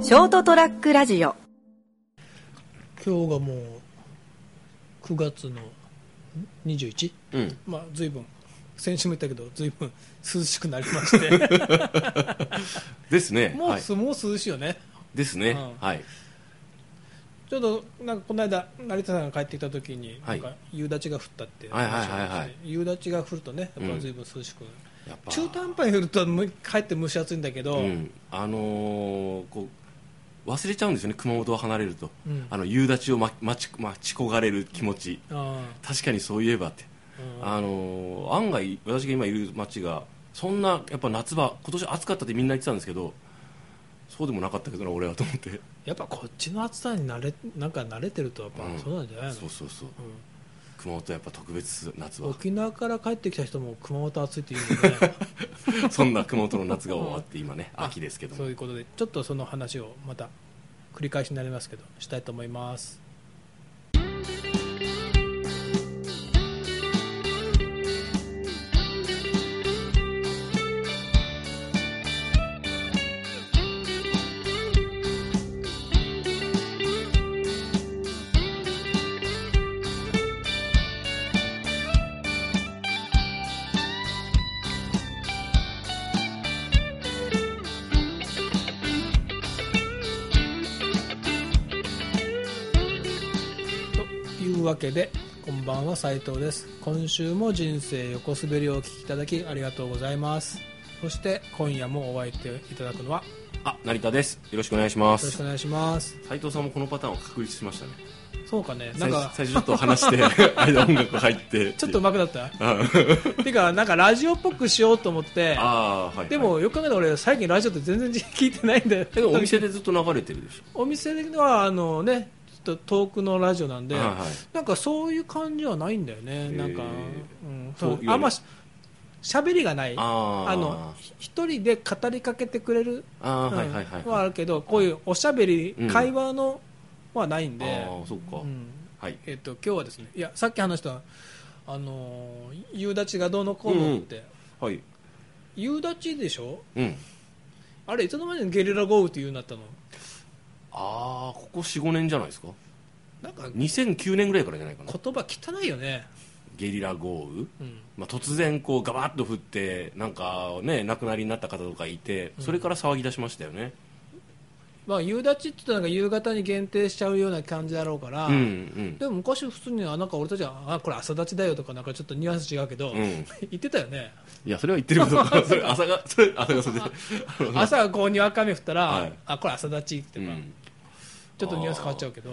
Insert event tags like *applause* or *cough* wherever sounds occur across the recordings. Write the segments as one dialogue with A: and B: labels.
A: ショートトラックラジオ
B: 今日がもう9月の 21?
C: うん、
B: まあ随分先週も言ったけど随分涼しくなりまして
C: *laughs* ですね。
B: もう,、
C: はい。
B: すもう涼しいよね
C: ですね。
B: うん
C: はい。
B: ちょっとなんかこの間成田さんが帰ってきた時にな
C: は
B: ん
C: い
B: か夕立が降ったって
C: はいはいはいは
B: 話
C: い
B: があって夕立が降るとねやっぱ随分涼しく、
C: やっぱ
B: 中途半端に降るとむかえって蒸し暑いんだけど、
C: うん、あのーこう忘れちゃうんですよね。熊本を離れると、
B: うん
C: あの夕立をま待ち待ち焦がれる気持ち。
B: あ
C: 確かにそういえばって。
B: ーうん
C: あのー案外私が今いる町がそんなやっぱ夏場今年暑かったってみんな言ってたんですけど、そうでもなかったけどな俺はと思って。
B: やっぱこっちの暑さに慣れなんか慣れてるとやっぱ
C: うん
B: そうなんじゃないの、
C: そうそうそう。
B: うん
C: 熊本はやっぱ特別
B: *laughs*
C: 夏は
B: 沖縄から帰ってきた人も熊本暑いって言うよね
C: そんな熊本の夏が終わって今ね秋ですけども
B: そういうことでちょっとその話をまた繰り返しになりますけどしたいと思いますというわけでこんばんは斉藤です今週も人生横滑りをお聞きいただきありがとうございますそして今夜もお会いていただくのはよ
C: あ成田ですよろしくお願いしま
B: ろし
C: す
B: くお願いします
C: 斉藤さんもこのパターンを確立しましたね
B: そうかねな
C: 最
B: ん
C: 初
B: か
C: 最初ちょっと話して
B: *laughs*
C: 間音楽入って
B: ちょっと上手くなった
C: あ
B: てかなんかラジオっぽくしようと思って
C: あーはい
B: でもよく考えたら俺最近ラジオって全然聞いてないんだよ
C: でもお店でずっと流れてるでし
B: お店ではあのねちょっと遠くのラジオなんで、
C: ょはいはい
B: なんかそういう感じはないんだよね、
C: ー
B: なんか、うん、そ
C: そうういわゆる
B: あんまししゃべりがないあ
C: あー
B: のひ一人で語りかけてくれる
C: あ
B: う
C: ー
B: ん
C: はいはいはい
B: はあ
C: あ
B: るけどこういうおしゃべり、
C: うん
B: 会話のはないんで、
C: あーそう
B: う
C: か
B: ん
C: はい
B: えっと今日はですねいやさっき話したあのー夕立がどうのこうのって、
C: はい
B: 夕立でしょ
C: うん
B: あれいつの間にゲリラ豪雨っていうようになったの
C: ああここ45年じゃないですか
B: なんか
C: 2009年ぐらいからじゃないかな
B: 言葉汚いよね、
C: ゲリラ豪雨
B: うん、
C: まあ、突然こうガバッと降ってなんかね亡くなりになった方とかいてそれから騒ぎ出しましたよね
B: まあ、夕立って言ったらなんか夕方に限定しちゃうような感じだろうから、
C: うんうん
B: でも昔普通にあなんか俺たちはあこれ朝立ちだよとかなんかちょっとニュアンス違うけど、
C: うん
B: 言ってたよね
C: いやそれは言ってる
B: *laughs*
C: けどそれ朝がそれ朝がそれであの
B: 朝こうにわか雨降ったら、
C: はい
B: あこれ朝立ちって
C: う
B: か、
C: ん
B: ちょっとニュアンス変わっちゃうけど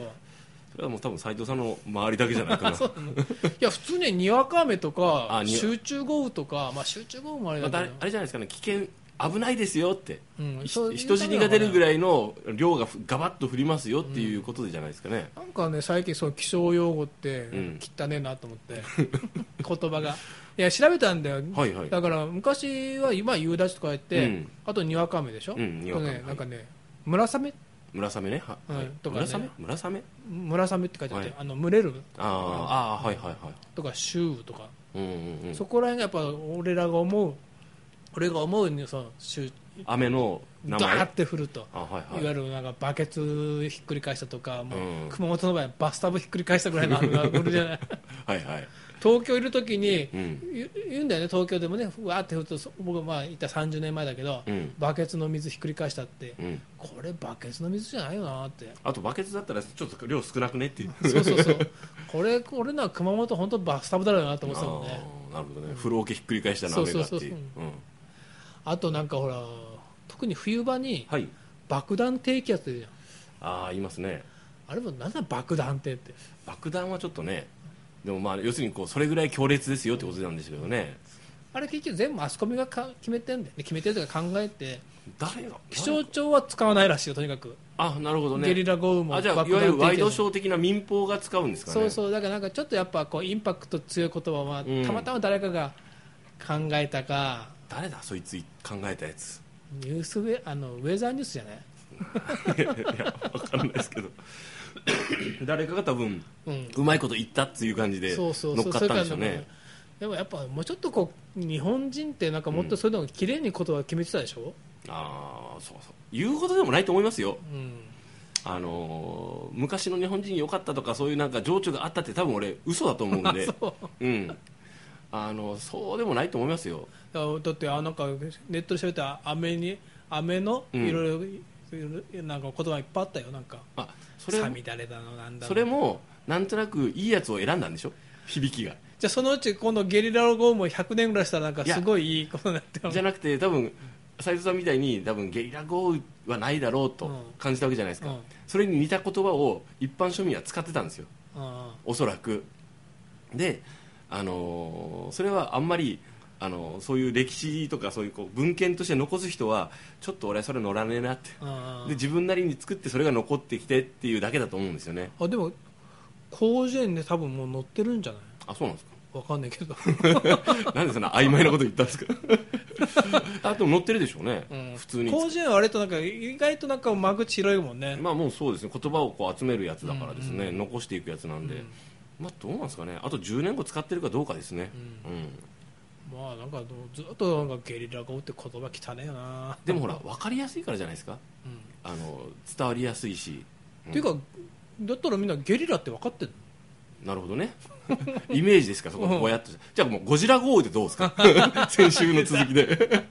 C: それはもう多分斉藤さんの周りだけじゃないかな
B: そうなのいや普通ににわか雨とか
C: あにわ
B: 集中豪雨とか、まあ、集中豪雨もあれ
C: ま
B: だ
C: あ
B: け
C: だ
B: ど、
C: れあれじゃないですかね危険危ないですよって、
B: うん
C: ひ
B: そういう
C: 人死にが出るぐ
B: い
C: らいの量がふガバッと降りますよっていうことでじゃないですかね、
B: なんかね最近そう気象用語って
C: うん
B: 汚ねえなと思って、
C: *laughs*
B: 言葉がいや調べたんだよ
C: はいはい
B: だから昔は今夕立とかやって、
C: うん
B: あとにわか雨でしょ、
C: うんにわか雨
B: あとね
C: はい
B: なんかね村雨
C: 村雨ねは、
B: うん
C: はい
B: とかね
C: 村雨村雨
B: 村雨って書いてあって、
C: はい
B: あの群れる
C: あーあーはいはいはい
B: とか周雨とか、
C: うんうんうん
B: そこら辺がやっぱ俺らが思う俺が思うにその周
C: 雨の名
B: ダ
C: 前
B: ーって降ると。
C: あはい
B: い
C: はい
B: わゆるなんかバケツひっくり返したとか、もううん熊本の場合はバスタブひっくり返したぐらいの雨
C: *laughs*
B: が降るじゃない
C: はいはい、
B: 東京いる時に
C: うん
B: 言う言うんだよね東京でもねふわーって降るとそ僕まあいた30年前だけど、
C: うん
B: バケツの水ひっくり返したって、
C: うん、
B: これバケツの水じゃないよなって
C: あとバケツだったらちょっと量少なくねっていう
B: そうそう
C: *laughs*
B: そうこれ俺のは熊本本当バスタブだろうなと思ってたもんね
C: あーなるほどね風呂桶ひっくり返したの雨がって
B: そうそう
C: い
B: そうう
C: うん
B: あとなんかほら特に冬場に
C: はい
B: 爆弾低気圧って言うじゃん
C: ああいますね
B: あれもなんだ爆弾ってって
C: 爆弾はちょっとねでもまあ要するにこうそれぐらい強烈ですよってことなんですけどね
B: あれ結局全部マスコミがか決めてんだよね決めてるというか考えて
C: 誰が
B: 気象庁は使わないらしいよとにかく、
C: あなるほどね
B: ゲリラ豪雨も
C: あじゃあい
B: 爆弾
C: わゆるワイ
B: 低
C: ド
B: 気圧
C: ショー的な民放が使うんですかね
B: そうそうだからなんかちょっとやっぱこうインパクト強い言葉は
C: うん
B: たまたま誰かが考えたか、
C: 誰だそいつ考えたやつ *laughs*
B: ニュースウェあのウェザーニュースじゃない、
C: いや分かんないです
B: *coughs*
C: けど誰かが多分
B: うん、
C: うまいこと言ったっていう感じで乗
B: そうそうそう
C: っかったんでしょ
B: それ
C: う
B: からなん
C: ね
B: かでもやっぱもうちょっとこう日本人ってなんかもっとそういうのをきれいに言葉を決めてたでしょ、
C: ああそうそう言うことでもないと思いますよ
B: うん
C: あのー昔の日本人良かったとかそういうなんか情緒があったって多分俺嘘だ
B: *laughs*
C: と思うんでうんあのそうでもないと思いますよ
B: だからだってあなんかネットで調べたら飴に飴の
C: うん
B: いろいろいろいろなんか言葉いっぱいあったよなんか
C: あそれ
B: さみだれだのなんだの
C: それもなんとなくいいやつを選んだんでしょ響きが
B: じゃあそのうち今度ゲリラロゴも100年ぐらいしたらなんかすごいいいことになって
C: じゃなくて多分斉藤さんみたいに多分ゲリラ豪雨はないだろう
B: うん
C: と感じたわけじゃないですか、
B: うん
C: それに似た言葉を一般庶民は使ってたんですよ
B: うん
C: おそらくで、あのーそれはあんまり、あのーそういう歴史とかそういうこう文献として残す人はちょっと俺はそれ乗らねえなって
B: うん
C: で自分なりに作ってそれが残ってきてっていうだけだと思うんですよね
B: あでも広辞苑で多分もう載ってるんじゃない
C: あそうなんです
B: わかんないけど
C: かなんでそんな曖昧なこと言ったんですか *laughs* あでも乗ってるでしょうね、
B: うん
C: 普通に
B: 広辞苑はあれとなんか意外となんか間口広いもんね、
C: まあもうそうですね言葉をこう集めるやつだからですね、
B: うん
C: 残していくやつなんで、
B: うん
C: まあどうなんですかねあと10年後使ってるかどうかですね、
B: う
C: うん
B: まあなんかずっとなんかゲリラ豪雨って言葉汚ねえよな
C: でもほら分かりやすいからじゃないですか
B: うん
C: あの伝わりやすいし、うん
B: っていうかだったらみんなゲリラって分かってる
C: なるほどね *laughs* イメージですかそこ
B: うん
C: ぼやっとしたじゃあもうゴジラ豪雨でどうで
B: *laughs*
C: すか先週の続きで、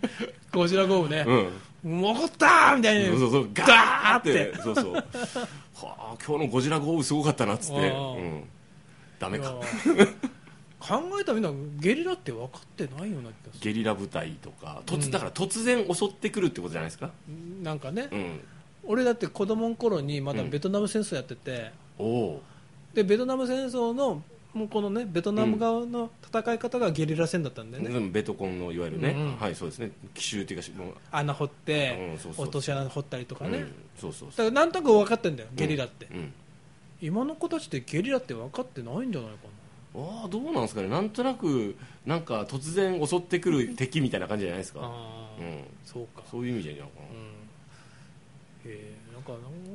B: ゴジラ豪雨ね
C: う、ん、
B: 分かったーみたい
C: そう
B: に
C: そうそうガーってそうそうはあ今日のゴジラ豪雨すごかったなっつって、
B: あー
C: うん、ダメ
B: いや
C: か
B: 考えたらみんなゲリラって分かってないような気がす
C: ゲリラ部隊とか
B: うん
C: 突だから突然襲ってくるってことじゃないですか、
B: るなんかね、
C: うん、
B: 俺だって子供の頃にまだ
C: うん
B: ベトナム戦争やってて、
C: おお
B: でベトナム戦争のもうこのねベトナム側の戦い方がゲリラ戦だったんだよね、
C: でもベトコンのいわゆるね、
B: うんうん
C: はいそうですね奇襲っていうかもう
B: 穴掘って、
C: うんそうそう
B: 落とし穴掘ったりとかね、
C: う
B: だ
C: んそうそう
B: か
C: そう
B: らなんとなく分かってんだよゲリラって、
C: うん
B: 今の子たちってゲリラって分かってないんじゃないか
C: ああどうなんですかねなんとなくなんか突然襲ってくる敵みたいな感じじゃないです
B: な、
C: か、
B: ああ
C: う
B: ー、
C: ん、
B: そうか
C: そういう意味じゃないのか
B: うんへえなんか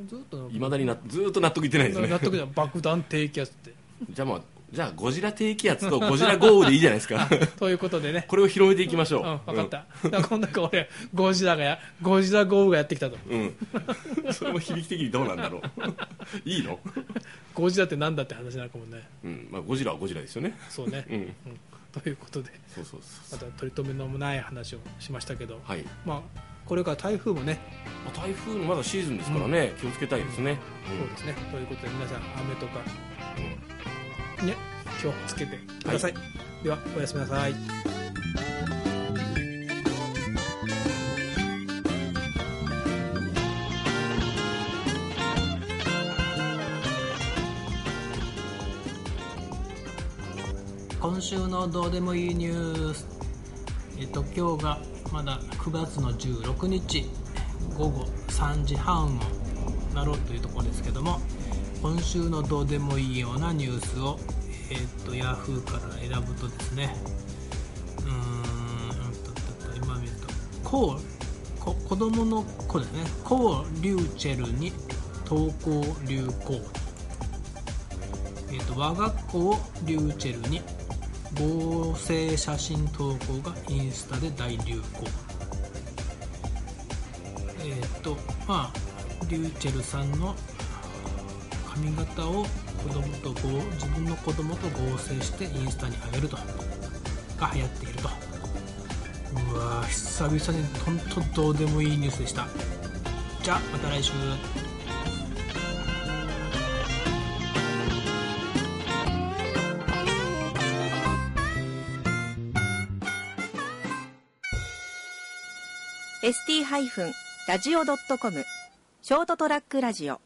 B: ずっとなんか
C: ないまだになずーっと納得いってないです
B: 納
C: ね
B: 得じゃん爆弾低気圧って
C: *laughs* じゃあまあじゃあゴジラ低気圧とゴジラ豪雨でいいじゃないですか
B: *laughs* ということでね
C: これを広めていきましょ
B: う、
C: うん
B: 分かった、だからこの中俺ゴジラがやゴジラ豪雨がやってきたと
C: うん、うん、 *laughs* それも響き的にどうなんだろう *laughs* いいの、
B: ゴジラってなんだって話になるかもね
C: うんまあ、ゴジラはゴジラですよね
B: そう
C: *laughs*
B: ね、
C: うん
B: うん、ということで
C: そうそうそ
B: ま
C: う
B: た取り留めのない話をしましたけど、
C: はい
B: まあ、これから台風もね、
C: まあ台風のまだシーズンですからね、気をつけたいですね、
B: そうですねということで皆さん雨とか
C: うんうん
B: ね気をつけてください、ではおやすみなさい今週のどうでもいいニュースえっと今日がまだ9月の16日午後3時半をなろうというところですけども今週のどうでもいいようなニュースをえっと Yahoo から選ぶとですねうーんうんととと今見るとコウこ子供の子ですねコウ・リューチェルに投稿流行えっと我が子をリューチェルに合成写真投稿がインスタで大流行えっ、とまあリューチェルさんの髪型を子供と合自分の子供と合成してインスタに上げるとが流行っているとうわー久々に本当どうでもいいニュースでしたじゃあまた来週
A: ST-radio.com ショートトラックラジオ